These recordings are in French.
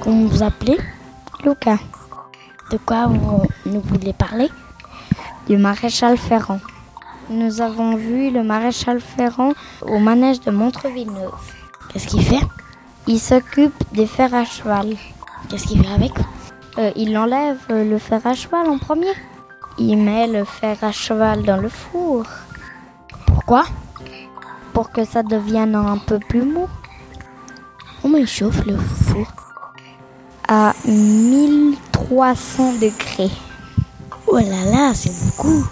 Comment vous appelez Lucas, De quoi vous nous voulez parler du maréchal Ferrand. Nous avons vu le maréchal Ferrand au manège de Montreville-Neuve. Qu'est-ce qu'il fait Il s'occupe des fers à cheval. Qu'est-ce qu'il fait avec Euh, il enlève euh, le fer à cheval en premier. Il met le fer à cheval dans le four Pourquoi pour que ça devienne un peu plus mou Comment il chauffe le four à 1300 degrés. Oh là là, c'est beaucoup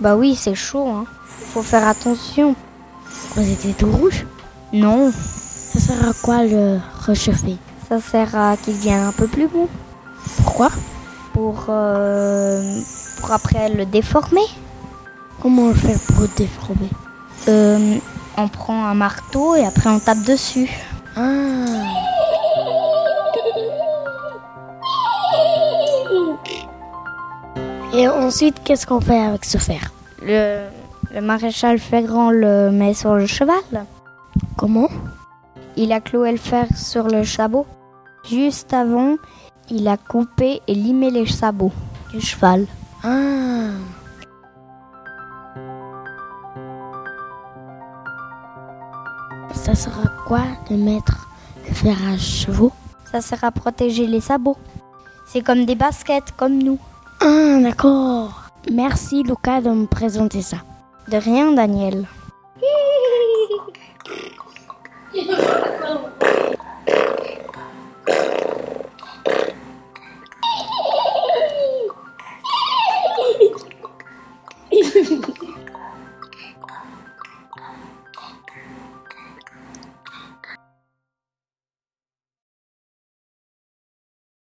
Bah oui, c'est chaud, hein. Faut faire attention. Vous étiez tout rouge Non, Ça sert à quoi le réchauffer ça sert à qu'il devienne un peu plus mou Pourquoi pour, euh, pour après le déformer. Comment on le fait pour déformer Euh, on prend un marteau et après on tape dessus. Ah Et ensuite, qu'est-ce qu'on fait avec ce fer Le, le maréchal Ferrand le met sur le cheval. Comment Il a cloué le fer sur le sabot. Juste avant, il a coupé et limé les sabots du cheval. Ah Ça sera quoi de mettre le fer à chevaux Ça sert à protéger les sabots. C'est comme des baskets, comme nous. Ah, d'accord. Merci Lucas de me présenter ça. De rien, Daniel.